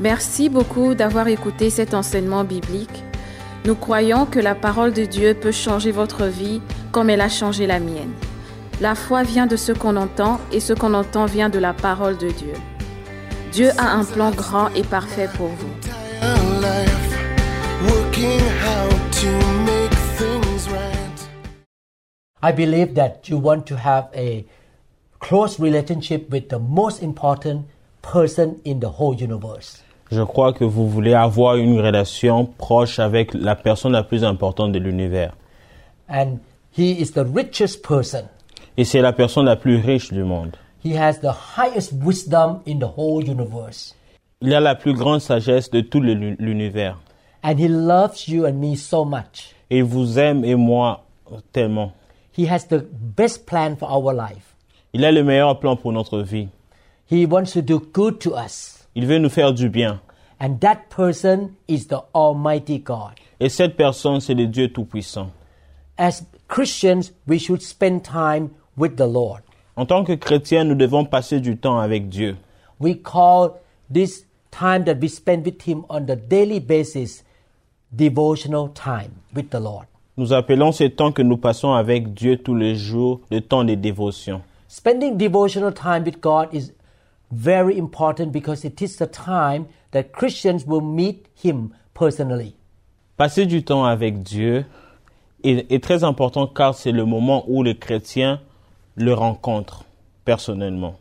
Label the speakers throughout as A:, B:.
A: Merci beaucoup d'avoir écouté cet enseignement biblique. Nous croyons que la parole de Dieu peut changer votre vie comme elle a changé la mienne. La foi vient de ce qu'on entend et ce qu'on entend vient de la parole de Dieu. Dieu a un plan grand et parfait pour vous.
B: Entire life working how to make things right.
C: I believe that you want to have a close relationship with the most important person in the whole universe.
D: Je crois que vous voulez avoir une relation proche avec la personne la plus importante de l'univers.
C: And he is the richest person.
D: Et c'est la personne la plus riche du monde.
C: He has the highest wisdom in the whole universe.
D: Il a la plus grande sagesse de tout le- l'univers.
C: And he loves you and me so much.
D: Et il vous aime et moi tellement.
C: He has the best plan for our life.
D: Il a le meilleur plan pour notre vie.
C: He wants to do good to us.
D: Il veut nous faire du bien.
C: And that person is the Almighty God.
D: Et cette personne, c'est le Dieu Tout-Puissant.
C: As Christians, we should spend time with the Lord.
D: En tant que chrétiens, nous devons passer du temps avec Dieu.
C: We call this time that we spend with Him on the daily basis devotional time with the Lord.
D: Nous appelons ce temps que nous passons avec Dieu tous les jours le temps de dévotion.
C: Spending devotional time with God is very important because it is the time that Christians will meet Him personally.
D: Passer du temps avec Dieu est, est très important car c'est le moment où les chrétiens le rencontrent personnellement.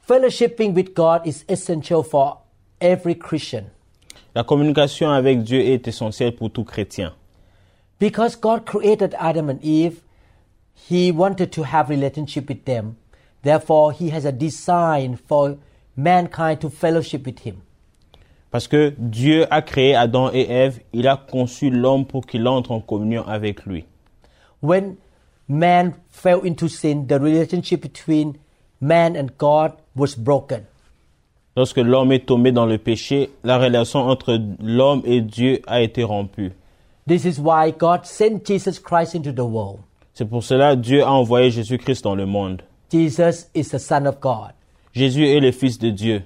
C: Fellowshipping with God is essential for every Christian
D: La communication avec Dieu est essentielle pour tout chrétien.
C: because God created Adam and Eve. He wanted to have relationship with them. Therefore, he has a design for mankind to fellowship with him.
D: Parce que Dieu a créé Adam et Ève, il a conçu l'homme pour qu'il entre en communion avec lui.
C: When man fell into sin, the relationship between man and God was broken.
D: Lorsque l'homme est tombé dans le péché, la relation entre l'homme et Dieu a été rompue.
C: This is why God sent Jesus Christ into the world.
D: C'est pour cela que Dieu a envoyé Jésus-Christ dans le monde.
C: Jesus is the Son of God.
D: Jésus est le Fils de Dieu.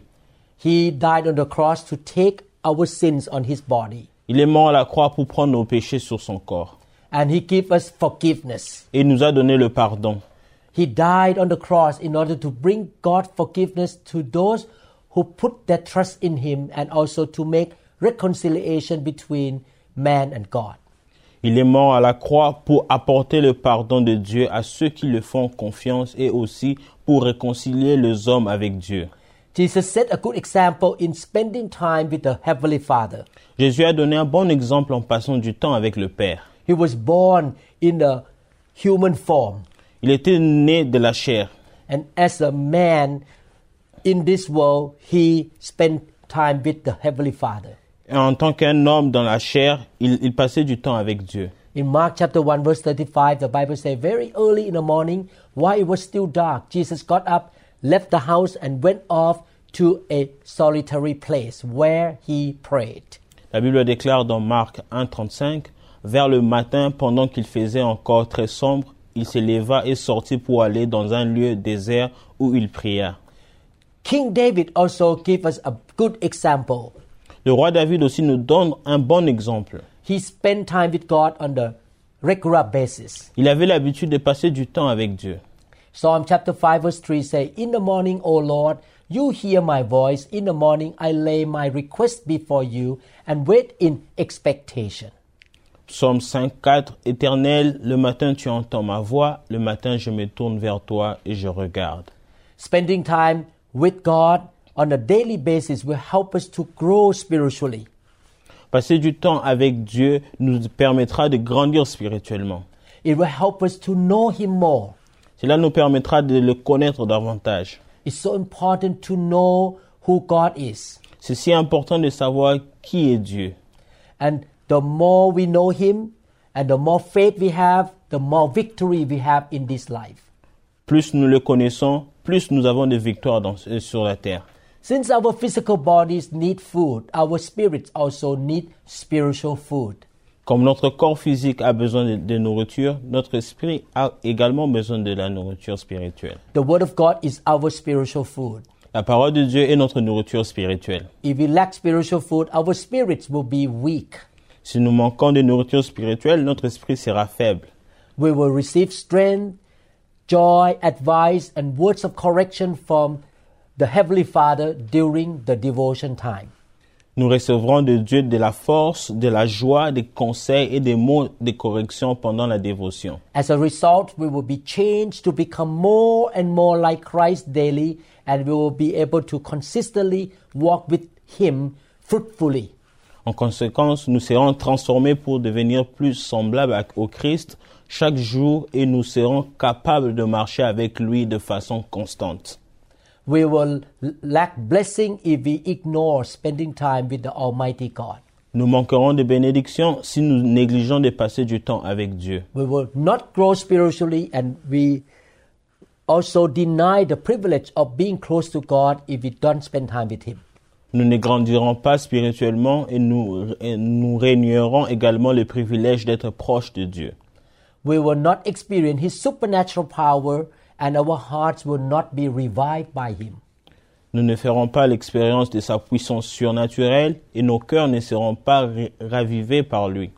C: He died on the cross to take our sins on his body.
D: Il est mort à la croix pour prendre nos péchés sur son corps.
C: and he gave us forgiveness.
D: Et il nous a donné le pardon.
C: He died on the cross in order to bring God forgiveness to those who put their trust in him and also to make reconciliation between man and God.
D: Il est mort à la croix pour apporter le pardon de Dieu à ceux qui le font confiance et aussi pour réconcilier les hommes avec Dieu.
C: Jesus set a good example in spending time with the heavenly Father.
D: Jésus a donné un bon exemple en passant du temps avec le Père.
C: He was born in a human form
D: Il était né de la chair.
C: and as a man in this world he spent time with the heavenly Father.
D: Et en tant qu'un homme dans la chair, il, il passait du temps avec Dieu.
C: In Mark chapter 1, verse 35, the Bible says, Very early in the morning, while it was still dark, Jesus got up, left the house, and went off to a solitary place where he prayed.
D: La Bible déclare dans Marc 1.35, vers le matin, pendant qu'il faisait encore très sombre, il se leva et sortit pour aller dans un lieu désert où il pria.
C: King David also gave us a good example.
D: Le roi David aussi nous donne un bon exemple.
C: He spent time with God on the regular basis.
D: Il avait l'habitude de passer du temps avec Dieu.
C: Psalm chapter 5, verse 3 says, In the morning, O Lord, you hear my voice. In the morning, I lay my request before you and wait in expectation.
D: Psaume 5.4 Éternel, le matin tu entends ma voix, le matin je me tourne vers toi et je regarde.
C: Spending time with God on a daily basis will help us to grow spiritually.
D: Passer du temps avec Dieu nous permettra de grandir spirituellement.
C: It will help us to know Him more.
D: Cela nous permettra de le connaître davantage.
C: It's so important to know who God is.
D: C'est si important de savoir qui est Dieu.
C: And the more we know Him and the more faith we have, the more victory we have in this life.
D: Plus nous le connaissons, plus nous avons de victoires dans- euh, sur la terre.
C: Since our physical bodies need food, our spirits also need spiritual food.
D: Comme notre corps physique a besoin de, de nourriture, notre esprit a également besoin de la nourriture spirituelle.
C: The Word of God is our spiritual food.
D: La parole de Dieu est notre nourriture spirituelle.
C: If we lack spiritual food, our spirits will be weak.
D: Si nous manquons de nourriture spirituelle, notre esprit sera faible.
C: We will receive strength, joy, advice, and words of correction from the Heavenly Father during the devotion time.
D: Nous recevrons de Dieu de la force, de la joie, des conseils et des mots de correction pendant la dévotion.
C: As a result, we will be changed to become more and more like Christ daily, and we will be able to consistently walk with Him fruitfully.
D: En conséquence, nous serons transformés pour devenir plus semblables à- au Christ chaque jour et nous serons capables de marcher avec lui de façon constante.
C: We will l- lack blessing if we ignore spending time with the Almighty God.
D: Nous manquerons de bénédictions si nous négligeons de passer du temps avec Dieu.
C: We will not grow spiritually, and we also deny the privilege of being close to God if we don't spend time with Him.
D: Nous ne grandirons pas spirituellement et nous, et nous régnerons également le privilège d'être proche de Dieu.
C: we will not experience His supernatural power, and our hearts will not be revived by Him.
D: Nous ne ferons pas l'expérience de sa puissance surnaturelle et nos cœurs ne seront pas ri- ravivés par lui.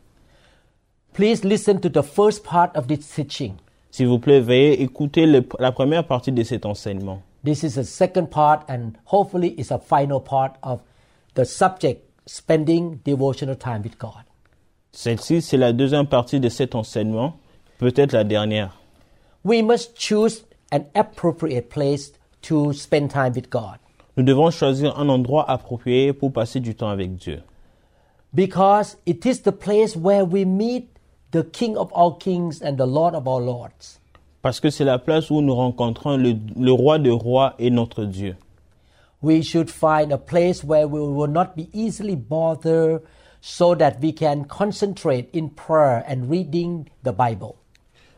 C: Please listen to the first part of this teaching.
D: S'il vous plaît, veuillez écouter le- la première partie de cet enseignement.
C: This is the second part, and hopefully, it's a final part of the subject spending devotional time with God.
D: Celle-ci, c'est la deuxième partie de cet enseignement, peut-être la dernière.
C: We must choose an appropriate place to spend time with God
D: Nous devons choisir un endroit approprié pour passer du temps avec Dieu.
C: because it is the place where we meet the King of all kings and the Lord of all lords.
D: Parce que c'est la place où nous rencontrons le, le roi des rois et notre Dieu.
C: We should find a place where we will not be easily bothered so that we can concentrate in prayer and reading the Bible.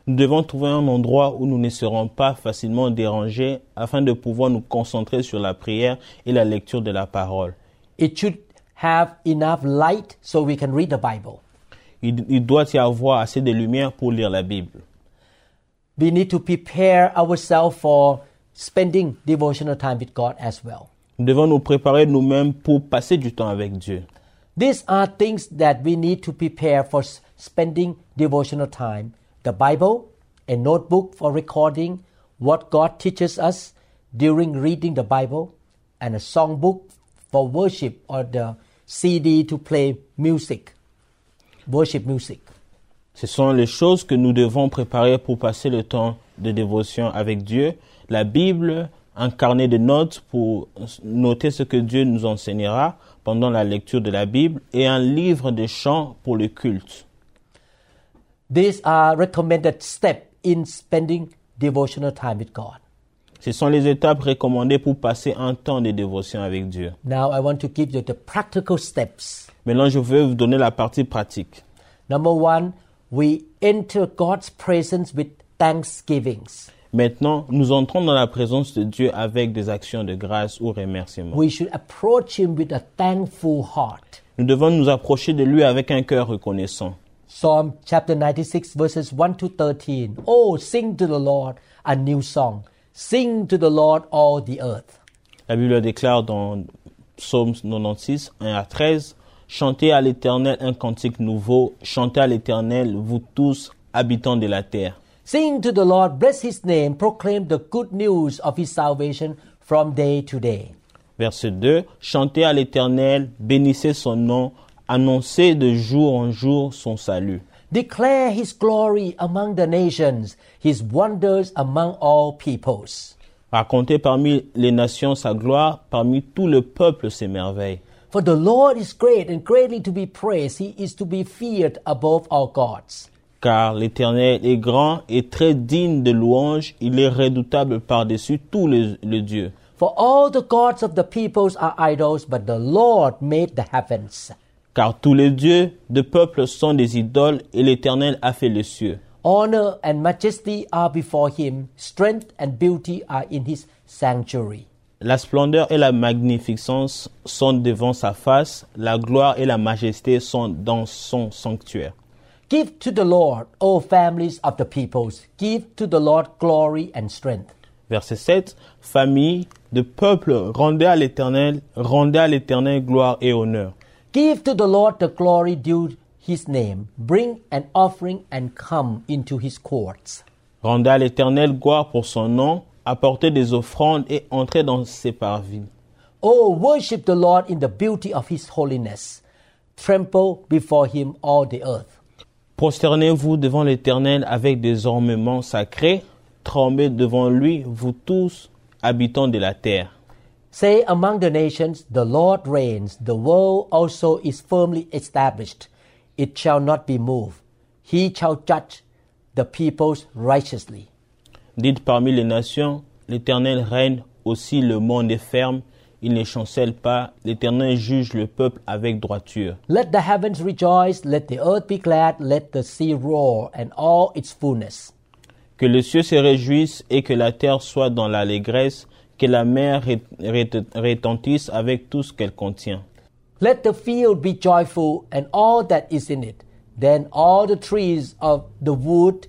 D: Nous devons trouver un endroit où nous ne serons pas facilement dérangés afin de pouvoir nous concentrer sur la prière et la lecture de la parole.
C: It should have enough light so we can read the Bible.
D: Il, il doit y avoir assez de lumière pour lire la Bible.
C: We need to prepare ourselves for spending devotional time with God as well.
D: Nous devons nous préparer nous-mêmes pour passer du temps avec Dieu.
C: These are things that we need to prepare for s- spending devotional time the Bible, a notebook for recording what God teaches us during reading the Bible, and a songbook for worship or the CD to play music, worship music.
D: Ce sont les choses que nous devons préparer pour passer le temps de dévotion avec Dieu. La Bible, un carnet de notes pour noter ce que Dieu nous enseignera pendant la lecture de la Bible et un livre de chants pour le culte.
C: These are recommended steps in spending devotional time with God.
D: Ce sont les étapes recommandées pour passer un temps de dévotion avec Dieu.
C: Now I want to give you the practical steps.
D: Maintenant, je vais vous donner la partie pratique.
C: Number one, we enter God's presence with thanksgivings.
D: Maintenant, nous entrons dans la présence de Dieu avec des actions de grâce ou remerciements.
C: we should approach him with a thankful heart.
D: Nous devons nous approcher de lui avec un cœur reconnaissant.
C: Psalm chapter 96, verses 1 to 13. Oh, sing to the Lord a new song. Sing to the Lord all the earth.
D: La Bible déclare dans Psaume 96, 1 à 13, Chantez à l'Éternel un cantique nouveau, chantez à l'Éternel, vous tous, habitants de la terre.
C: Sing to the Lord, bless his name, proclaim the good news of his salvation from day to day.
D: Verset 2, Chantez à l'Éternel, bénissez son nom, annoncez de jour en jour son salut.
C: Declare his glory among the nations, his wonders among all peoples.
D: Racontez parmi les nations sa gloire, parmi tout le peuple ses merveilles.
C: For the Lord is great and greatly to be praised. He is to be feared above all gods.
D: Car l'Éternel est grand et très digne de louange, il est redoutable par-dessus tous les, les dieux.
C: For all the gods of the peoples are idols, but the Lord made the heavens.
D: Car tous les dieux de peuples sont des idoles et l'Éternel a fait les cieux.
C: Honor and majesty are before him, strength and beauty are in his sanctuary.
D: La splendeur et la magnificence sont devant sa face, la gloire et la majesté sont dans son sanctuaire.
C: Give to the Lord, O families of the peoples, give to the Lord glory and strength.
D: Verset 7. Famille, de peuple, rendez à l'Éternel, rendez à l'Éternel gloire et honneur.
C: Give to the Lord the glory due his name. Bring an offering and come into his courts.
D: Rendez à l'Éternel gloire pour son nom, apportez des offrandes et entrez dans ses parvis.
C: Oh, worship the Lord in the beauty of his holiness. Tremble before him all the earth.
D: Prosternez-vous devant l'Éternel avec des ornements sacrés, tremblez devant lui, vous tous, habitants de la terre.
C: Say among the nations, The Lord reigns, the world also is firmly established. It shall not be moved. He shall judge the peoples righteously.
D: Dites parmi les nations, l'Éternel règne, aussi le monde est ferme, il ne chancelle pas, l'Éternel juge le peuple avec droiture.
C: Let the heavens rejoice, let the earth be glad, let the sea roar, and all its fullness.
D: Que les cieux se réjouissent et que la terre soit dans l'allégresse, que la mer ré- ré- retentisse avec tout ce qu'elle contient.
C: Let the field be joyful, and all that is in it. Then all the trees of the wood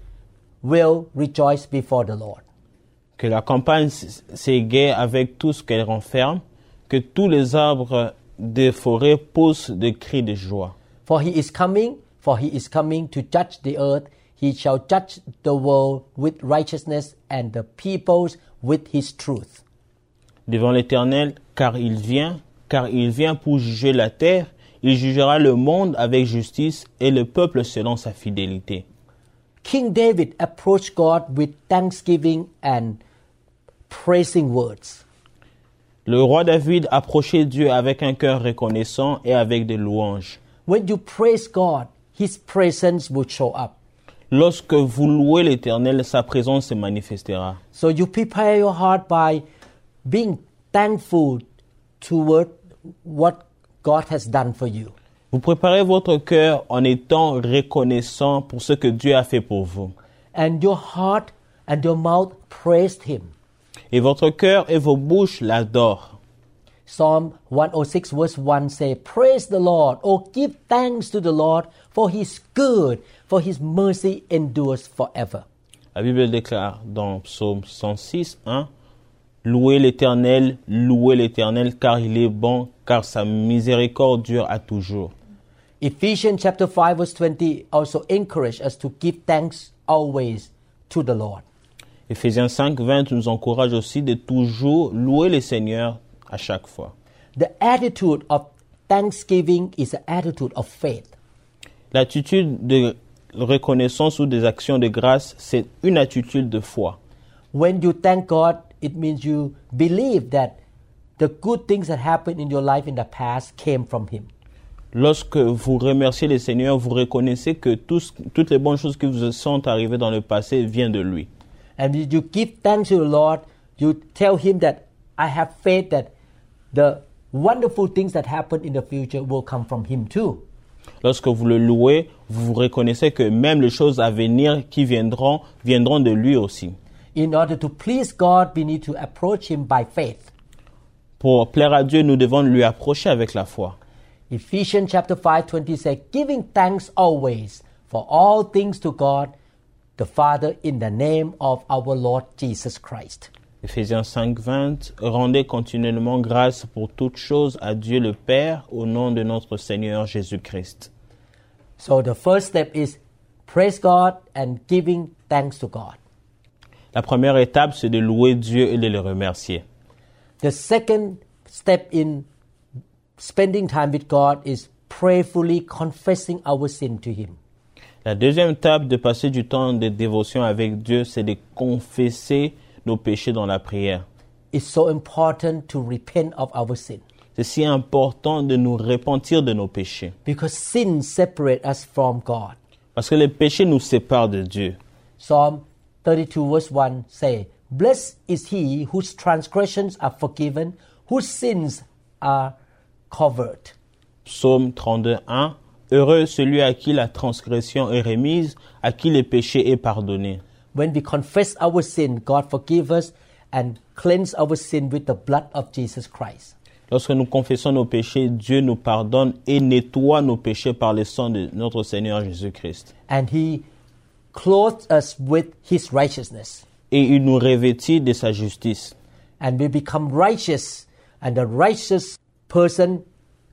C: will rejoice before the Lord.
D: Que la campagne s- s'égaye avec tout ce qu'elle renferme, que tous les arbres des forêts poussent des cris de joie.
C: For he is coming, for he is coming to judge the earth. He shall judge the world with righteousness and the peoples with his truth.
D: devant l'Éternel, car il vient, car il vient pour juger la terre, il jugera le monde avec justice et le peuple selon sa fidélité.
C: King David approached God with thanksgiving and praising words.
D: Le roi David approchait Dieu avec un cœur reconnaissant et avec des louanges.
C: When you praise God, his presence will show up.
D: Lorsque vous louez l'Éternel, sa présence se manifestera.
C: So you prepare your heart by being thankful toward what God has done for you.
D: Vous préparez votre cœur en étant reconnaissant pour ce que Dieu a fait pour vous.
C: And your heart and your mouth praised him.
D: Et votre cœur et vos bouches l'adorent.
C: Psalm 106 verse 1 say, Praise the Lord, or give thanks to the Lord, for he is good, for his mercy endures forever.
D: La Bible déclare dans Psaume 106, 1, Louez l'Éternel, louez l'Éternel, car il est bon, car sa miséricorde dure à toujours.
C: Ephesians chapter 5 verse 20 also encourage us to give thanks always to the Lord.
D: Éphésiens 5, 20 nous encourage aussi de toujours louer le Seigneur à chaque fois.
C: The attitude of thanksgiving is an attitude of faith.
D: L'attitude de reconnaissance ou des actions de grâce, c'est une attitude de foi.
C: When you thank God, it means you believe that the good things that happened in your life in the past came from him.
D: Lorsque vous remerciez le Seigneur, vous reconnaissez que tout ce- toutes les bonnes choses qui vous sont arrivées dans le passé viennent de lui.
C: And you- you give thanks to the Lord. You tell Him that I have faith that the wonderful things that happen in the future will come from Him too.
D: Lorsque vous le louez, vous reconnaissez que même les choses à venir qui viendront, viendront de lui aussi.
C: In order to please God, we need to approach Him by faith.
D: Pour plaire à Dieu, nous devons lui approcher avec la foi.
C: Ephesians chapter 5 20 says, Giving thanks always for all things to God the Father in the name of our Lord Jesus Christ.
D: Ephésiens 5, 20. Rendez continuellement grâce pour toutes choses à Dieu le Père au nom de notre Seigneur Jésus-Christ.
C: So the first step is praise God and giving thanks to God.
D: La première étape, c'est de louer Dieu et de le remercier.
C: The second step in spending time with God is prayerfully confessing our sin to Him.
D: La deuxième étape de passer du temps de dévotion avec Dieu, c'est de confesser nos péchés dans la prière.
C: It's so important to repent of our sin
D: C'est si important de nous repentir de nos péchés.
C: because sin separates us from God.
D: Parce que les péchés nous séparent de Dieu.
C: Psalm 32 verse 1 say, Blessed is he whose transgressions are forgiven, whose sins are covered.
D: Psaume 32.1 Heureux celui à qui la transgression est remise, à qui le péché est pardonné.
C: When we confess our sin, God forgives us and cleanse our sin with the blood of Jesus Christ.
D: Lorsque nous confessons nos péchés, Dieu nous pardonne et nettoie nos péchés par le sang de notre Seigneur Jésus-Christ.
C: and he clothed us with his righteousness
D: Et il nous revêtit de sa justice.
C: and we become righteous. And the righteous person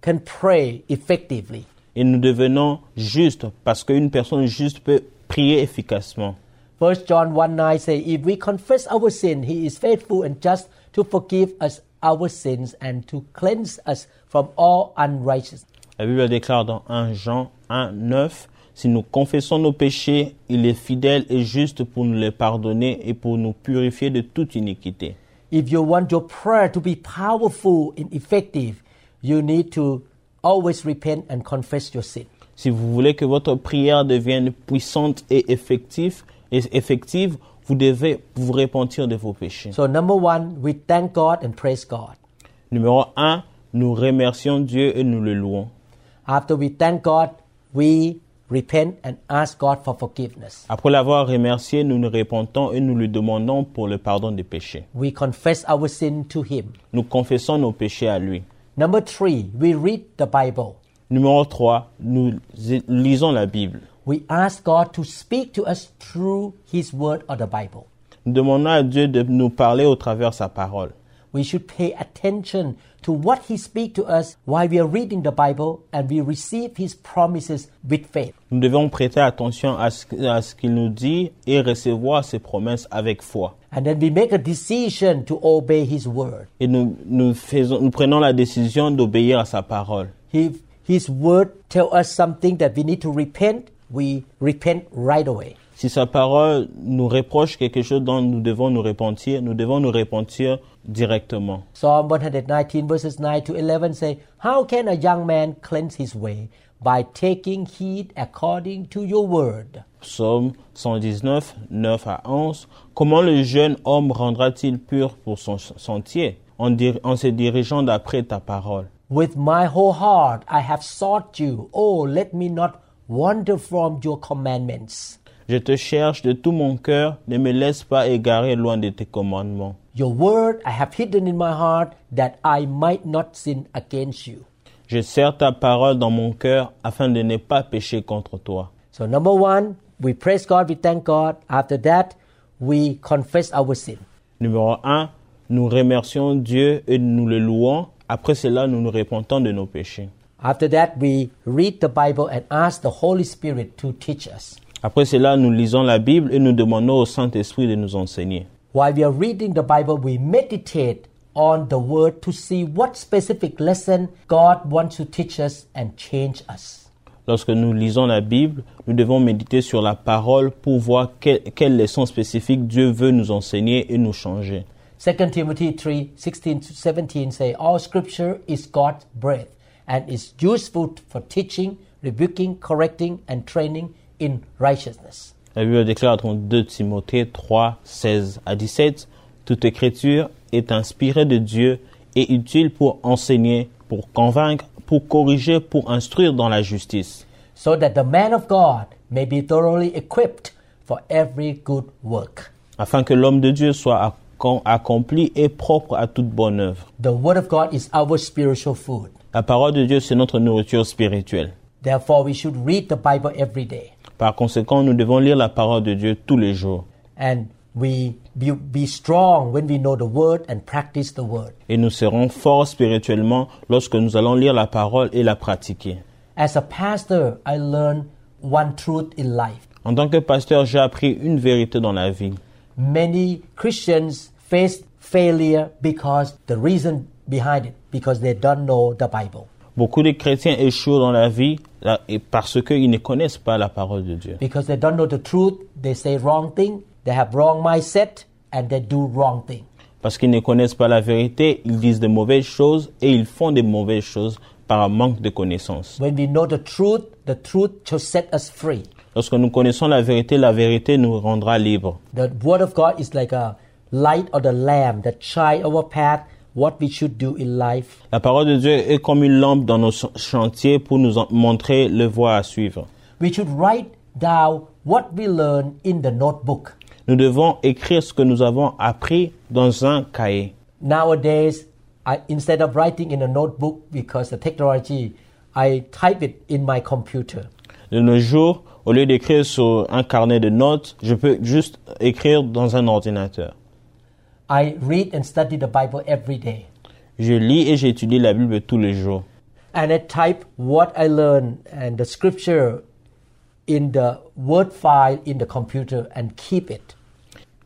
C: can pray effectively.
D: Et nous devenons justes parce qu'une personne juste peut prier efficacement.
C: 1 John 1 9 says, If we confess our sin, he is faithful and just to forgive us our sins and to cleanse us from all unrighteousness.
D: La Bible déclare dans 1 Jean 1, 9, Si nous confessons nos péchés, il est fidèle et juste pour nous les pardonner et pour nous purifier de toute iniquité.
C: If you want your prayer to be powerful and effective, you need to always repent and confess your sin.
D: Si vous voulez que votre prière devienne puissante et effective, et effective vous devez vous repentir de vos péchés.
C: So, number one, we thank God and praise God.
D: Numéro 1, nous remercions Dieu et nous le louons.
C: After we thank God, we repent and ask God for forgiveness.
D: Après l'avoir remercié, nous nous repentons et nous lui demandons pour le pardon des péchés.
C: We confess our sin to Him.
D: Nous confessons nos péchés à lui.
C: Number three, we read the Bible.
D: Numéro 3, nous lisons la Bible.
C: We ask God to speak to us through His Word or the Bible.
D: Nous demandons à Dieu de nous parler au travers de sa parole.
C: We should pay attention to what He speaks to us while we are reading the Bible and we receive His promises with faith.
D: Nous devons prêter attention à ce, à ce qu'il nous dit et recevoir ses promesses avec foi.
C: And then we make a decision to obey His Word.
D: Et nous, nous faisons, nous prenons la décision d'obéir à sa parole.
C: If His Word tells us something that we need to repent, we repent right away.
D: Si sa parole nous reproche quelque chose dont nous devons nous repentir, nous devons nous repentir directement.
C: Psalm 119 verses 9 to 11 say, How can a young man cleanse his way? By taking heed according to your word.
D: Psaume 119, 9 à 11. Comment le jeune homme rendra-t-il pur pour son ch- sentier en, dir- en se dirigeant d'après ta parole
C: With my whole heart I have sought you. Oh, let me not wander from your commandments.
D: Je te cherche de tout mon cœur, ne me laisse pas égarer loin de tes commandements.
C: Your word I have hidden in my heart that I might not sin against you.
D: Je serre ta parole dans mon cœur afin de ne pas pécher contre toi.
C: So, number one, we praise God, we thank God. After that, we confess our sin.
D: Numéro 1, nous remercions Dieu et nous le louons. Après cela, nous nous repentons de nos péchés.
C: After that, we read the Bible and ask the Holy Spirit to teach us.
D: Après cela, nous lisons la Bible et nous demandons au Saint-Esprit de nous enseigner.
C: While we are reading the Bible, we meditate on the Word to see what specific lesson God wants to teach us and change us.
D: Lorsque nous lisons la Bible, nous devons méditer sur la parole pour voir quelle, quelle leçon spécifique Dieu veut nous enseigner et nous changer.
C: 2 Timothy 3 16 to 17 say, All scripture is God's breath and is useful for teaching, rebuking, correcting, and training in righteousness.
D: La Bible déclare dans 2 Timothée 3, 16 à 17, Toute écriture est inspirée de Dieu et utile pour enseigner, pour convaincre, pour corriger, pour instruire dans la justice,
C: so that the man of God may be thoroughly equipped for every good work.
D: afin que l'homme de Dieu soit accom- accompli et propre à toute bonne œuvre.
C: The Word of God is our spiritual food.
D: La parole de Dieu, c'est notre nourriture spirituelle.
C: Therefore, we should read the Bible every day
D: Par conséquent, nous devons lire la parole de Dieu tous les jours.
C: and we be, be strong when we know the Word and practice the Word.
D: Et nous serons forts spirituellement lorsque nous allons lire la parole et la pratiquer.
C: As a pastor, I learned one truth in life.
D: En tant que pasteur, j'ai appris une vérité dans la vie.
C: Many Christians face failure because the reason behind it, because they don't know the Bible.
D: Beaucoup de chrétiens échouent dans la vie là, et parce qu'ils ne connaissent pas la parole de Dieu.
C: because they don't know the truth they say wrong thing they have wrong mindset and they do wrong thing
D: Parce qu'ils ne connaissent pas la vérité, ils disent de mauvaises choses et ils font de mauvaises choses par un manque de connaissance.
C: when we know the truth the truth shall set us free
D: Lorsque nous connaissons la vérité, la vérité nous rendra libres.
C: the word of god is like a light or the lamp that shine our path what we should do in life
D: La parole de Dieu est comme une lampe dans nos ch- chantiers pour nous en- montrer le voie à suivre.
C: we should write down what we learn in the notebook
D: Nous devons écrire ce que nous avons appris dans un cahier.
C: nowadays I, instead of writing in a notebook because the technology i type it in my computer
D: De nos jours, au lieu d'écrire sur un carnet de notes, je peux juste écrire dans un ordinateur.
C: I read and study the Bible every day.
D: Je lis et j'étudie la Bible tous les jours.
C: And I type what I learn and the scripture in the Word file in the computer and keep it.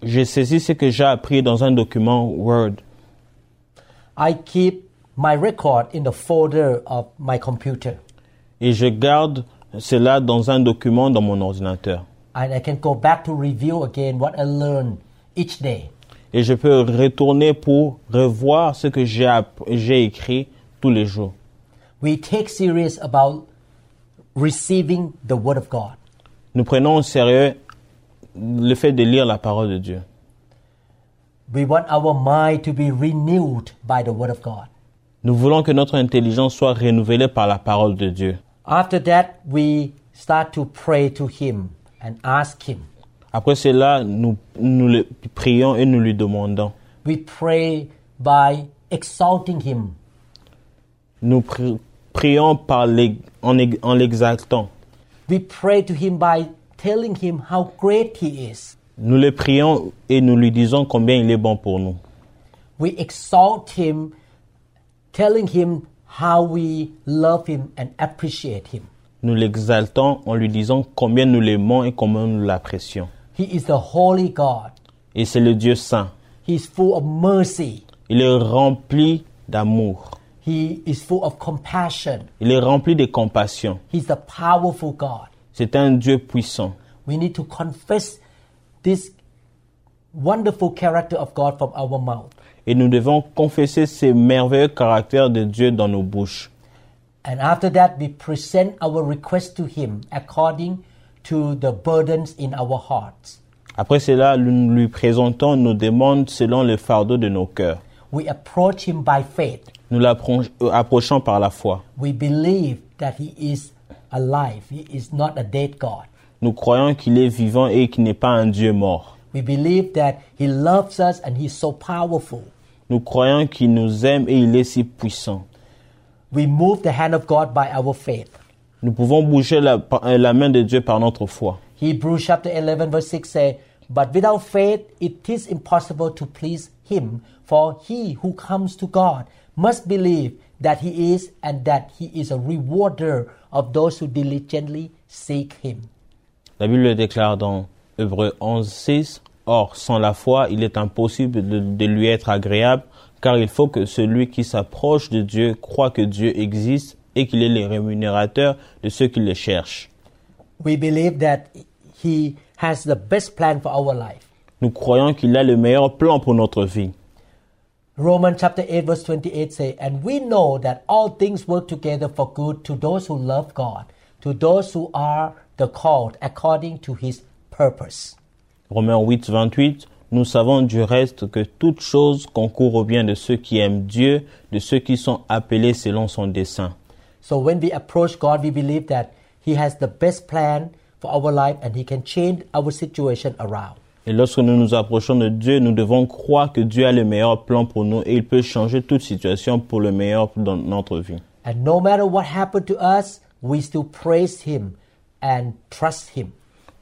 D: Je saisis ce que j'ai appris dans un document Word.
C: I keep my record in the folder of my computer.
D: Et je garde cela dans un document dans mon ordinateur.
C: And I can go back to review again what I learned each day.
D: Et je peux retourner pour revoir ce que j'ai app- j'ai écrit tous les jours.
C: We take serious about receiving the Word of God.
D: Nous prenons au sérieux le fait de lire la parole de Dieu.
C: We want our mind to be renewed by the Word of God.
D: Nous voulons que notre intelligence soit renouvelée par la parole de Dieu.
C: After that, we start to pray to Him and ask Him.
D: Après cela, nous, nous le prions et nous lui demandons.
C: We pray by exalting Him.
D: Nous pri- prions par l'ex- en ex- en l'exaltant.
C: We pray to Him by telling Him how great He is.
D: Nous le prions et nous lui disons combien il est bon pour nous.
C: We exalt Him, telling Him how we love Him and appreciate Him.
D: Nous l'exaltons en lui disant combien nous l'aimons et combien nous l'apprécions.
C: He is the holy God.
D: Et c'est le Dieu saint.
C: He is full of mercy.
D: Il est rempli d'amour.
C: He is full of compassion.
D: Il est rempli de compassion.
C: He's a powerful God.
D: C'est un Dieu puissant.
C: We need to confess this wonderful character of God from our mouth.
D: Et nous devons confesser ces merveilleux caractères de Dieu dans nos bouches.
C: And after that, we present our request to Him according to the burdens in our hearts.
D: Après cela, nous lui présentons nos demandes selon le fardeau de nos cœurs.
C: We approach Him by faith.
D: Nous l'approchons euh, approchons par la foi.
C: We believe that He is alive, He is not a dead God.
D: Nous croyons qu'il est vivant et qu'il n'est pas un Dieu mort.
C: We believe that He loves us and He's so powerful.
D: Nous croyons qu'il nous aime et il est si puissant.
C: We move the hand of God by our faith.
D: Nous pouvons bouger la, par- euh, la main de Dieu par notre foi.
C: Hebrews chapter 11 verse 6 says, But without faith it is impossible to please him, for he who comes to God must believe that he is and that he is a rewarder of those who diligently seek him.
D: La Bible le déclare dans Hébreux 11, 6. Or, sans la foi, il est impossible de, de lui être agréable, car il faut que celui qui s'approche de Dieu croit que Dieu existe et qu'il est le rémunérateur de ceux qui le cherchent.
C: We believe that he has the best plan for our life.
D: Nous croyons qu'il a le meilleur plan pour notre vie.
C: Romans chapter 8 verse 28 say, And we know that all things work together for good to those who love God, to those who are the called according to his purpose.
D: Romains 8, 28. Nous savons du reste que toute chose concourt au bien de ceux qui aiment Dieu, de ceux qui sont appelés selon son dessein.
C: So when we approach God, we believe that He has the best plan for our life and He can change our situation around.
D: Et lorsque nous nous approchons de Dieu, nous devons croire que Dieu a le meilleur plan pour nous et il peut changer toute situation pour le meilleur dans notre vie.
C: And no matter what happened to us, we still praise Him and trust Him.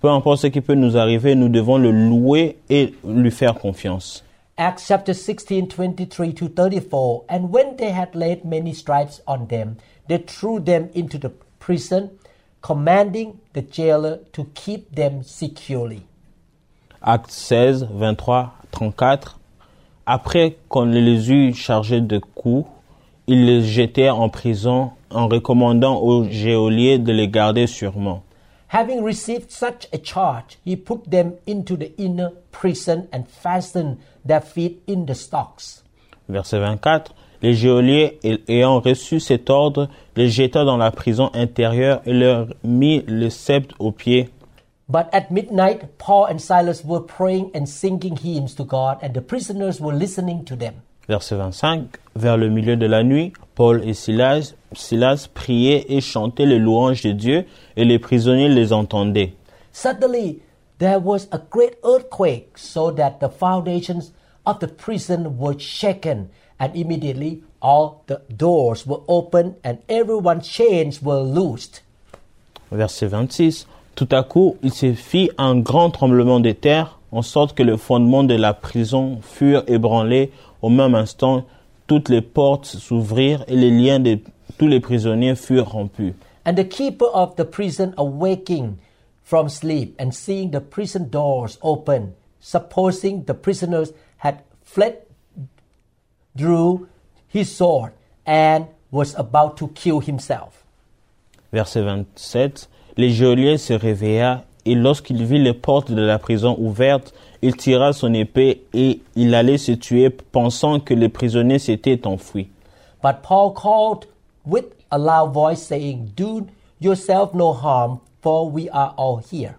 D: Peu importe ce qui peut nous arriver, nous devons le louer et lui faire confiance.
C: Acts chapter 16, 23 to 34. And when they had laid many stripes on them, they threw them into the prison, commanding the jailer to keep them securely.
D: Acte 16, 23, 34. Après qu'on les eut chargés de coups, ils les jetèrent en prison en recommandant aux geôliers de les garder sûrement.
C: Having received such a charge, he put them into the inner prison and fastened their feet in the stocks.
D: Verset 24. Les geôliers ay- ayant reçu cet ordre, les jeta dans la prison intérieure et leur mit le sceptre aux pieds.
C: But at midnight, Paul and Silas were praying and singing hymns to God, and the prisoners were listening to them.
D: Verset 25. Vers le milieu de la nuit, Paul et Silas, Silas priaient et chantaient les louanges de Dieu et les prisonniers les entendaient.
C: Suddenly, there was a great earthquake, so that the foundations of the prison were shaken, and immediately all the doors were opened and everyone's chains were loosed.
D: Verset 26. Tout à coup, il se fit un grand tremblement de terre, en sorte que le fondement de la prison furent ébranlés. Au même instant, toutes les portes s'ouvrirent et les liens de tous les prisonniers furent rompus.
C: And the keeper of the prison awaking from sleep and seeing the prison doors open, supposing the prisoners had fled, drew his sword and was about to kill himself.
D: Verset 27. Le geôlier se réveilla et lorsqu'il vit les portes de la prison ouvertes, il tira son épée et il allait se tuer pensant que les prisonniers s'étaient enfuis.
C: But Paul called with a loud voice, saying, Do yourself no harm, for we are all here.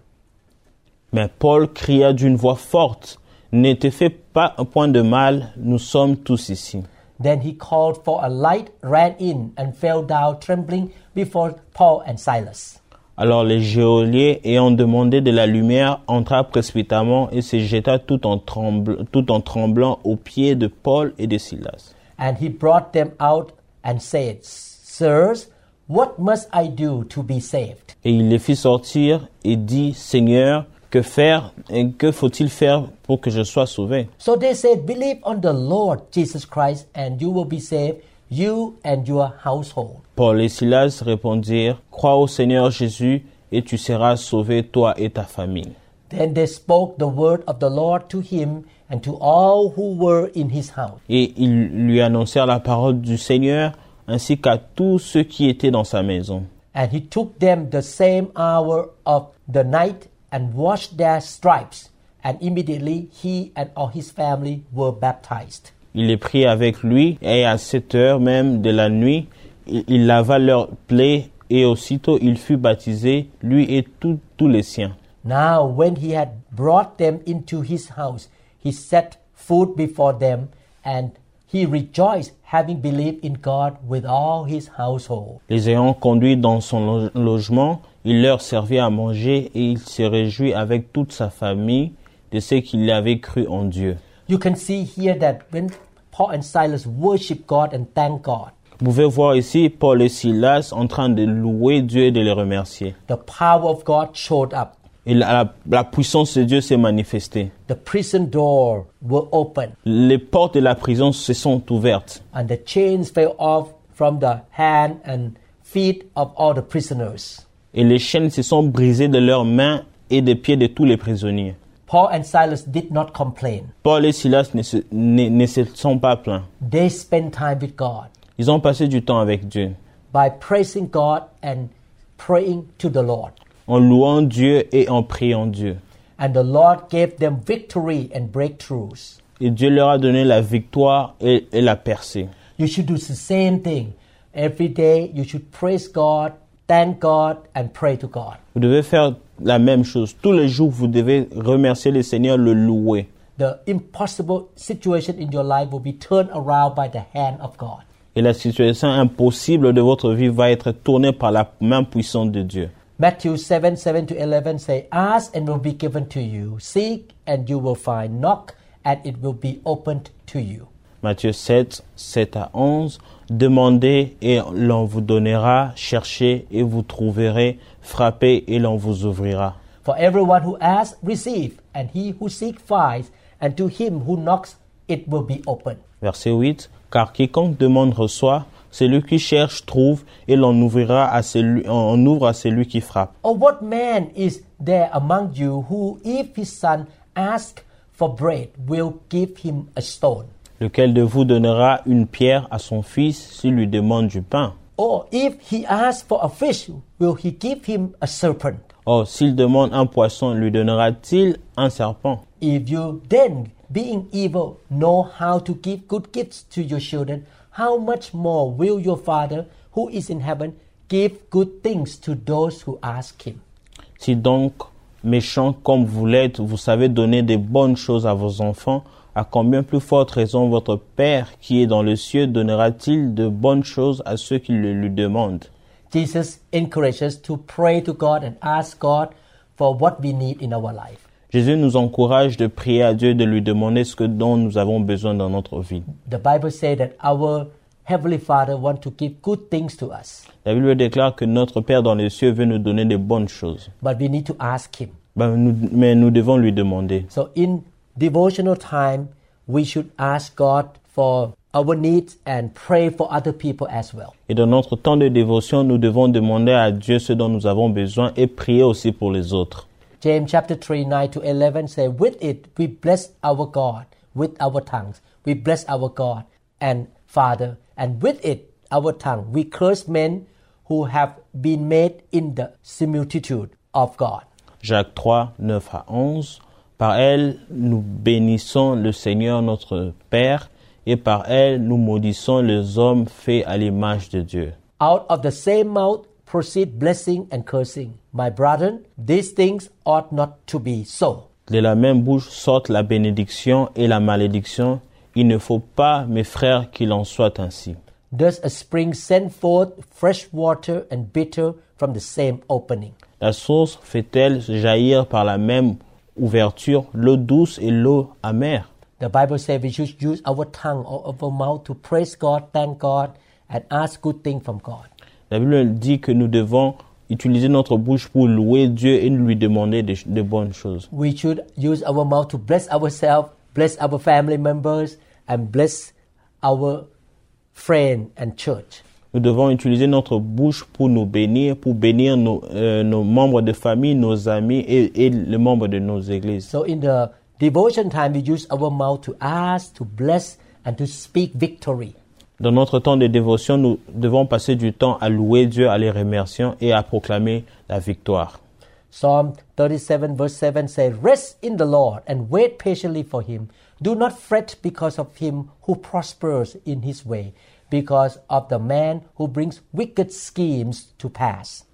D: Mais Paul cria d'une voix forte, Ne te fais pas un point de mal, nous sommes tous ici.
C: Then he called for a light, ran in, and fell down trembling before Paul and Silas.
D: Alors le geôlier, ayant demandé de la lumière, entra précipitamment et se jeta tout en, tremble- tout en tremblant aux pieds de Paul et de Silas.
C: And he brought them out and said, Sirs, what must I do to be saved?
D: Et il les fit sortir et dit, Seigneur, que faire et que faut-il faire pour que je sois sauvé
C: So they said, Believe on the Lord Jesus Christ, and you will be saved, you and your household.
D: Paul et Silas répondirent, Crois au Seigneur Jésus et tu seras sauvé toi et ta famille.
C: Then they spoke the word of the Lord to him and to all who were in his house.
D: Et ils lui annoncèrent la parole du Seigneur ainsi qu'à tous ceux qui étaient dans sa maison.
C: And he took them the same hour of the night and washed their stripes. And immediately he and all his family were baptized.
D: Il les prit avec lui, et à sept heures même de la nuit, il, il lava leurs plaies, et aussitôt il fut baptisé, lui et tous tous les siens.
C: Now, when he had brought them into his house, he set food before them, and he rejoiced, having believed in God with all his household.
D: Les ayant conduits dans son lo- logement, il leur servit à manger, et il se réjouit avec toute sa famille de ce qu'il avait cru en Dieu.
C: You can see here that when Paul and Silas worship God and thank God,
D: Vous pouvez voir ici Paul et Silas en train de louer Dieu et de le remercier.
C: the power of God showed up.
D: Et la- la- la puissance de Dieu s'est manifestée.
C: The prison door were opened,
D: Les portes de la prison se sont ouvertes.
C: and the chains fell off from the hand and feet of all the prisoners.
D: et les chaînes se sont brisées de leurs mains et des pieds de tous les prisonniers.
C: Paul and Silas did not complain.
D: Paul et Silas ne se, ne- ne se sont pas plaints.
C: They spent time with God.
D: Ils ont passé du temps avec Dieu,
C: by praising God and praying to the Lord.
D: en louant Dieu et en priant Dieu.
C: And the Lord gave them victory and breakthroughs.
D: Et Dieu leur a donné la victoire et, et la percée.
C: You should do the same thing. Every day you should praise God, thank God, and pray to God.
D: Vous devez faire la même chose. Tous les jours, vous devez remercier le Seigneur, le louer.
C: The impossible situation in your life will be turned around by the hand of God.
D: Et la situation impossible de votre vie va être tournée par la main puissante de Dieu.
C: Matthew 7 7 to 11 say, Ask and will be given to you, seek and you will find, knock and it will be opened to you.
D: Matthieu 7, 7 à 11. Demandez et l'on vous donnera, cherchez et vous trouverez, frappez et l'on vous ouvrira.
C: For everyone who asks, receive, and he who seeks finds, and to him who knocks, it will be open.
D: Verset 8. Car quiconque demande reçoit, celui qui cherche trouve et l'on ouvrira à celui, on ouvre à celui qui frappe.
C: Or Oh, what man is there among you who, if his son asks for bread, will give him a stone?
D: Lequel de vous donnera une pierre à son fils s'il lui demande du pain?
C: Or if he asks for a fish, will he give him a serpent?
D: Or s'il demande un poisson, lui donnera-t-il un serpent?
C: If you then, being evil, know how to give good gifts to your children, how much more will your Father who is in heaven give good things to those who ask him?
D: Si donc, méchant comme vous l'êtes, vous savez donner des bonnes choses à vos enfants, à combien plus forte raison votre Père qui est dans le ciel donnera-t-il de bonnes choses à ceux qui le lui demandent
C: Jesus encourages us to pray to God and ask God for what we need in our life.
D: Jésus nous encourage de prier à Dieu, de lui demander ce que dont nous avons besoin dans notre vie.
C: The Bible says that our Heavenly Father wants to give good things to us,
D: La Bible déclare que notre Père dans le ciel veut nous donner de bonnes choses,
C: but we need to ask Him.
D: Ben, nous- mais nous devons lui demander.
C: So in devotional time, we should ask God for our needs and pray for other people as well.
D: Et dans notre temps de dévotion, nous devons demander à Dieu ce dont nous avons besoin et prier aussi pour les autres.
C: James chapter 3, 9 to 11 say, With it we bless our God with our tongues. We bless our God and Father. And with it, our tongue, we curse men who have been made in the similitude of God.
D: Jacques 3, 9 à 11. Par elle, nous bénissons le Seigneur notre Père, et par elle, nous maudissons les hommes faits à l'image de Dieu.
C: Out of the same mouth proceed blessing and cursing. My brethren, these things ought not to be so.
D: De la même bouche sortent la bénédiction et la malédiction. Il ne faut pas, mes frères, qu'il en soit ainsi.
C: Does a spring send forth fresh water and bitter from the same opening?
D: La source fait-elle jaillir par la même ouverture l'eau douce et l'eau amère
C: The Bible says we should use our tongue or our mouth to praise God, thank God, and ask good things from God.
D: La Bible dit que nous devons utiliser notre bouche pour louer Dieu et lui demander de, de bonnes choses.
C: We should use our mouth to bless ourselves, bless our family members, and bless our friend and church.
D: Nous devons utiliser notre bouche pour nous bénir, pour bénir nos, euh, nos membres de famille, nos amis et, et les membres de nos églises.
C: So in the devotion time, we use our mouth to ask, to bless, and to speak victory.
D: Dans notre temps de dévotion, nous devons passer du temps à louer Dieu, à les remercier et à proclamer la victoire.
C: Psalm 37 verse 7 says, Rest in the Lord and wait patiently for him. Do not fret because of him who prospers in his way, because of the man who brings wicked schemes to pass.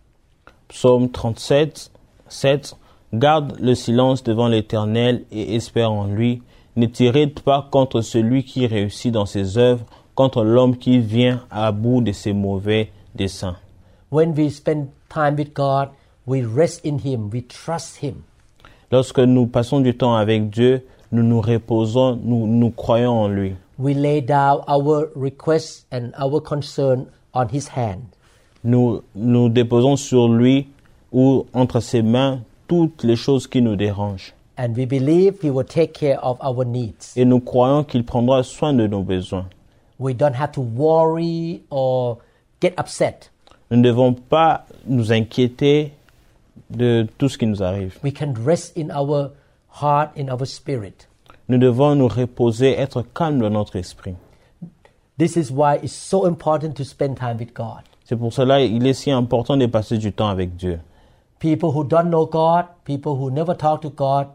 D: Psaume 37, 7. Garde le silence devant l'Éternel et espère en lui. Ne t'irrite pas contre celui qui réussit dans ses œuvres, contre l'homme qui vient à bout de ses mauvais desseins.
C: When we spend time with God, we rest in him, we trust him.
D: Lorsque nous passons du temps avec Dieu, nous nous reposons, nous, nous croyons en lui.
C: We lay down our requests and our concern on his hand.
D: Nous, nous déposons sur lui ou entre ses mains toutes les choses qui nous dérangent.
C: And we believe he will take care of our needs.
D: Et nous croyons qu'il prendra soin de nos besoins.
C: We don't have to worry or get upset.
D: Nous ne devons pas nous inquiéter de tout ce qui nous arrive.
C: we can rest in our heart, in our spirit.
D: Nous devons nous reposer, être calmes dans notre esprit.
C: This is why it's so important to spend time with God.
D: C'est pour cela il est si important de passer du temps avec Dieu.
C: People who don't know God, people who never talk to God,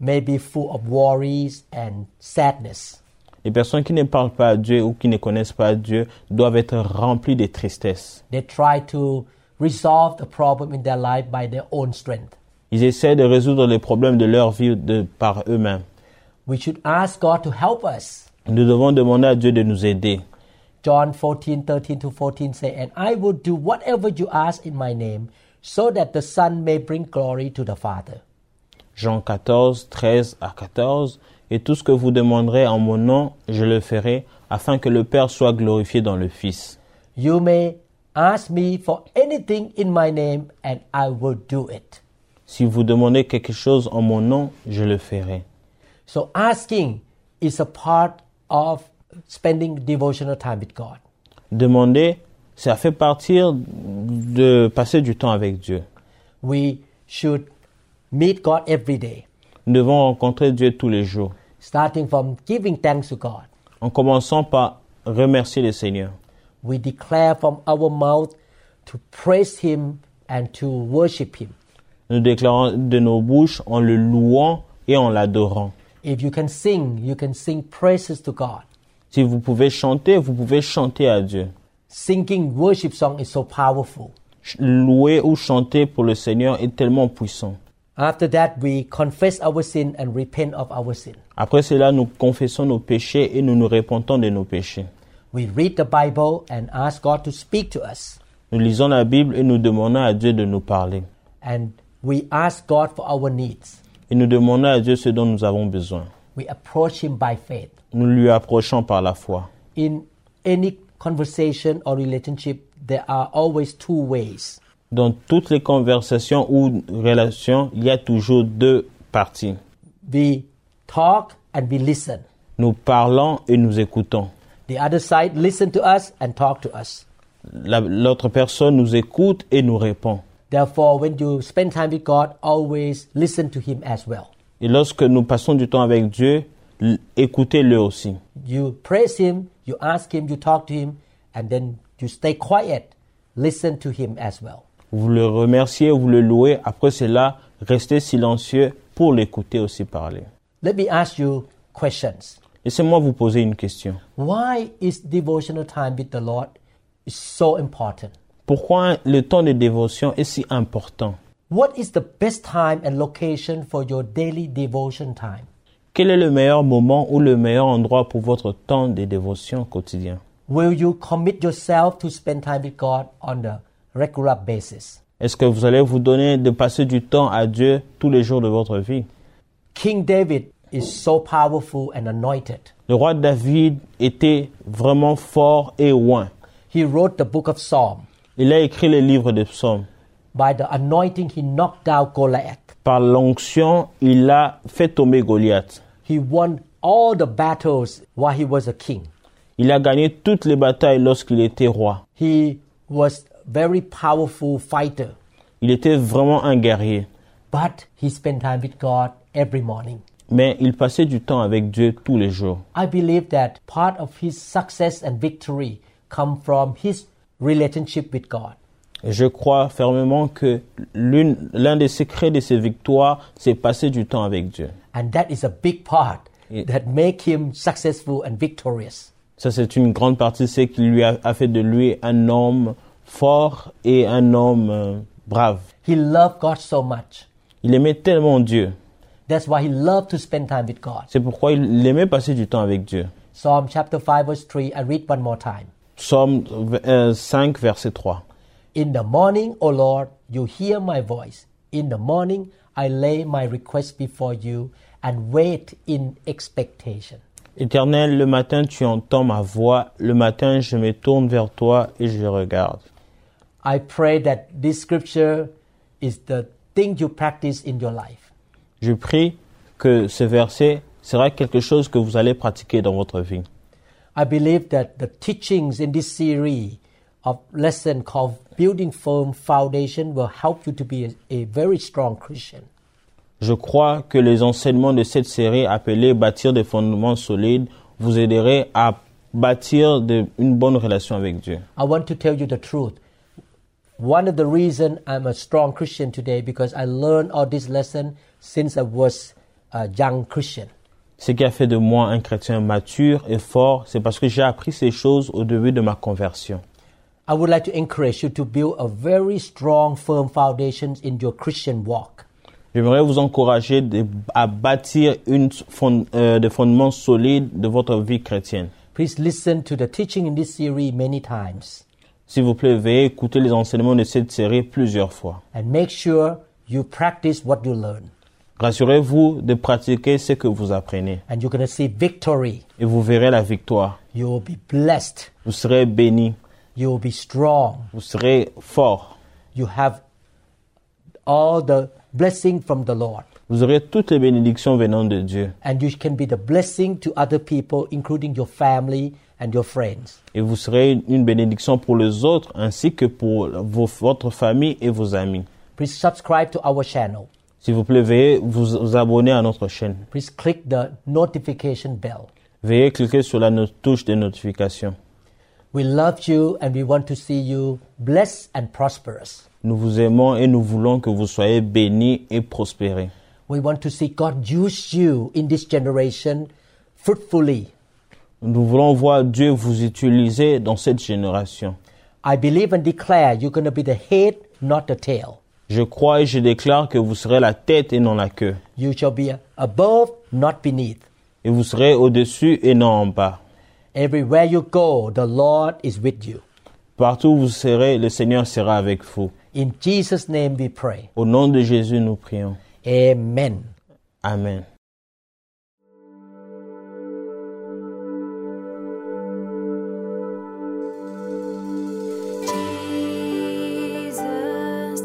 C: may be full of worries and sadness.
D: Les personnes qui ne parlent pas à Dieu ou qui ne connaissent pas Dieu doivent être remplies de tristesse.
C: They try to resolve the problem in their life by their own strength.
D: Ils essaient de résoudre les problèmes de leur vie de, par eux-mêmes.
C: We should ask God to help us.
D: Nous devons demander à Dieu de nous aider.
C: John 14, 13 to 14 say, And I will do whatever you ask in my name, so that the Son may bring glory to the Father.
D: Jean 14, 13 à 14. Et tout ce que vous demanderez en mon nom, je le ferai, afin que le Père soit glorifié dans le Fils.
C: You may ask me for anything in my name, and I will do it.
D: Si vous demandez quelque chose en mon nom, je le ferai.
C: So, asking is a part of spending devotional time with God.
D: Demander, ça fait partie de passer du temps avec Dieu.
C: We should meet God every day,
D: Nous devons rencontrer Dieu tous les jours,
C: starting from giving thanks to God.
D: en commençant par remercier le Seigneur.
C: We declare from our mouth to praise Him and to worship Him.
D: Nous déclarons de nos bouches en le louant et en l'adorant.
C: If you can sing, you can sing praises to God.
D: Si vous pouvez chanter, vous pouvez chanter à Dieu.
C: Singing worship song is so powerful.
D: Ch- Louer ou chanter pour le Seigneur est tellement puissant.
C: After that, we confess our sin and repent of our sin.
D: Après cela, nous confessons nos péchés et nous nous repentons de nos péchés.
C: We read the Bible and ask God to speak to us.
D: Nous lisons la Bible et nous demandons à Dieu de nous parler.
C: And we ask God for our needs.
D: Et nous demandons à Dieu ce dont nous avons besoin.
C: We approach Him by faith.
D: Nous lui approchons par la foi.
C: In any conversation or relationship, there are always two ways.
D: dans toutes les conversations ou relations, il y a toujours deux parties.
C: We talk and we listen.
D: Nous parlons et nous écoutons.
C: The other side listen to us and talk to us.
D: La- L'autre personne nous écoute et nous répond.
C: Therefore, when you spend time with God, always listen to Him as well.
D: Et lorsque nous passons du temps avec Dieu, l- écoutez-le aussi.
C: You praise Him, you ask Him, you talk to Him, and then you stay quiet. Listen to Him as well.
D: Vous le remerciez, vous le louez. Après cela, restez silencieux pour l'écouter aussi parler.
C: Let me ask you questions.
D: Laissez-moi vous poser une question.
C: Why is devotional time with the Lord is so important?
D: Pourquoi le temps de dévotion est si important
C: What is the best time and location for your daily devotion time?
D: Quel est le meilleur moment ou le meilleur endroit pour votre temps de dévotion quotidien
C: Will you commit yourself to spend time with God on a regular basis?
D: Est-ce que vous allez vous donner de passer du temps à Dieu tous les jours de votre vie
C: King David is so powerful and anointed.
D: Le roi David était vraiment fort et loin.
C: He wrote the book of Psalm.
D: Il a écrit les livres des psaumes.
C: By the anointing, he knocked down Goliath.
D: Par l'onction, il a fait tomber Goliath.
C: He won all the battles while he was a king.
D: Il a gagné toutes les batailles lorsqu'il était roi.
C: He was very powerful fighter,
D: Il était vraiment un guerrier.
C: but he spent time with God every morning.
D: Mais il passait du temps avec Dieu tous les jours.
C: I believe that part of his success and victory come from his relationship with God.
D: Et je crois fermement que l'une- l'un des secrets de ses victoires, c'est passer du temps avec Dieu.
C: And that is a big part
D: Yeah.
C: that make him successful and victorious.
D: Ça, c'est une grande partie de ce qui lui a, a fait de lui un homme fort et un homme euh, brave.
C: He loved God so much.
D: Il aimait tellement Dieu.
C: That's why he loved to spend time with God.
D: C'est pourquoi il aimait passer du temps avec Dieu.
C: Psalm chapter 5 verse 3, I read one more time.
D: Psaume euh, 5, verset 3.
C: In the morning, O Lord, you hear my voice. In the morning, I lay my request before you and wait in expectation.
D: Éternel, le matin tu entends ma voix, le matin je me tourne vers toi et je regarde.
C: I pray that this scripture is the thing you practice in your life.
D: Je prie que ce verset sera quelque chose que vous allez pratiquer dans votre vie.
C: I believe that the teachings in this series of lesson called Building Firm Foundation will help you to be a, a very strong Christian.
D: Je crois que les enseignements de cette série appelée Bâtir des fondements solides vous aiderez à bâtir de- une bonne relation avec Dieu.
C: I want to tell you the truth. One of the reason I'm a strong Christian today because I learned all this lesson since I was a young Christian.
D: Ce qui a fait de moi un chrétien mature et fort, c'est parce que j'ai appris ces choses au début de ma conversion.
C: I would like to encourage you to build a very strong, firm foundation in your Christian walk.
D: J'aimerais vous encourager de- à bâtir une fond- euh, des fondements solides de votre vie chrétienne.
C: Please listen to the teaching in this series many times
D: S'il vous plaît, veuillez écouter les enseignements de cette série plusieurs fois.
C: and make sure you practice what you learn.
D: Rassurez-vous de pratiquer ce que vous apprenez
C: And you're going to see victory.
D: et vous verrez la victoire.
C: You will be blessed.
D: Vous serez béni,
C: You will be strong.
D: vous serez fort.
C: You have all the blessing from the Lord.
D: Vous aurez toutes les bénédictions venant de Dieu
C: and you can be the blessing to other people, including your family and your friends.
D: et vous serez une bénédiction pour les autres ainsi que pour vos- votre famille et vos amis.
C: Please subscribe to our channel.
D: S'il vous plaît, veuillez vous vous abonner à notre chaîne.
C: Please click the notification bell.
D: Veuillez cliquer sur la no- touche de notification.
C: We love you and we want to see you blessed and prosperous.
D: Nous vous aimons et nous voulons que vous soyez bénis et prospérés.
C: We want to see God use you in this generation fruitfully.
D: Nous voulons voir Dieu vous utiliser dans cette génération.
C: I believe and declare you're going to be the head, not the tail.
D: Je crois et je déclare que vous serez la tête et non la queue.
C: You shall be above, not beneath.
D: Et vous serez au-dessus et non en bas.
C: Everywhere you go, the Lord is with you.
D: Partout où vous serez, le Seigneur sera avec vous.
C: In Jesus' name we pray.
D: Au nom de Jésus, nous prions.
C: Amen.
D: Amen.
E: Jesus,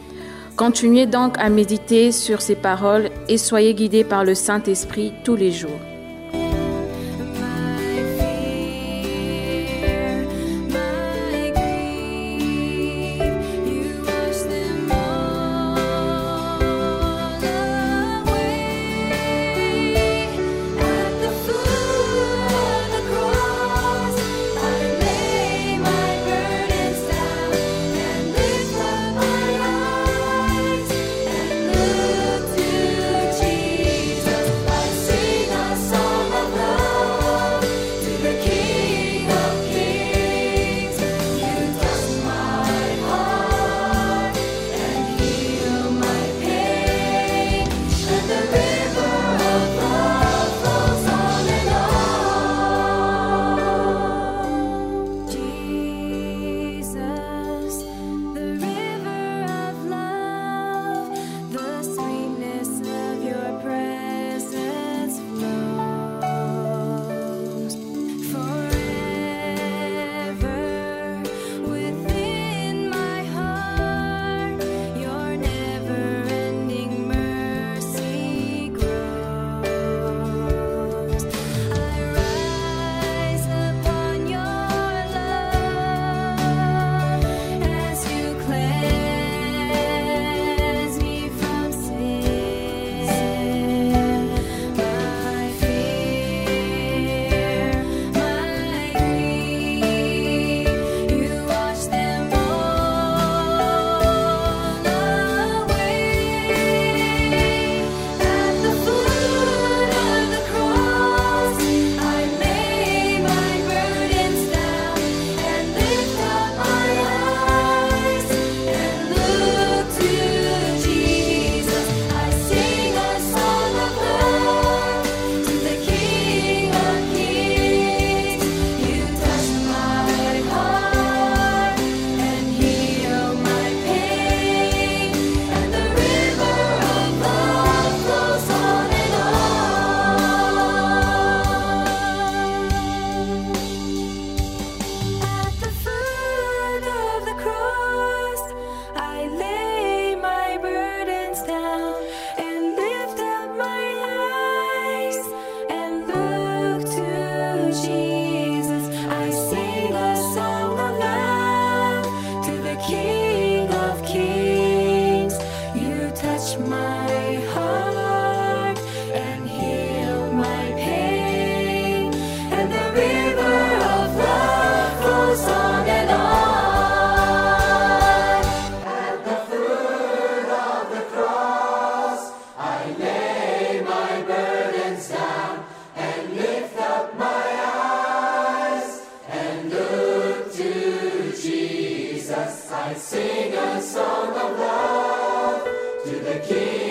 A: Continuez donc à méditer sur ces paroles et soyez guidés par le Saint-Esprit tous les jours.
E: My fear, my grief, you wash them all away. At the foot of the cross, I lay my burdens down and lift up my eyes and look to Jesus. I sing a song of love to the King of Kings. You touched my heart and healed my pain, and the river of love flows on and on. Jesus, the river of love, the sweetness of your presence flows forever within my heart. Your never-ending mercy grows. I rise upon your love as you cleanse me from sin. My fear, my grief, you wash them all away. At the foot of the cross, I lay my burdens down and lift up my eyes and look to Jesus. I sing a song of love to the King of Kings. You touched my heart and healed my pain, and the river of love flows on and on. At the foot of the cross, I lay my burdens down and lift up my eyes and look to Jesus. I sing a song of love to the King of Kings. You touch my heart and heal my pain, and the river of love flows on and on.
F: I sing a song of love to the King.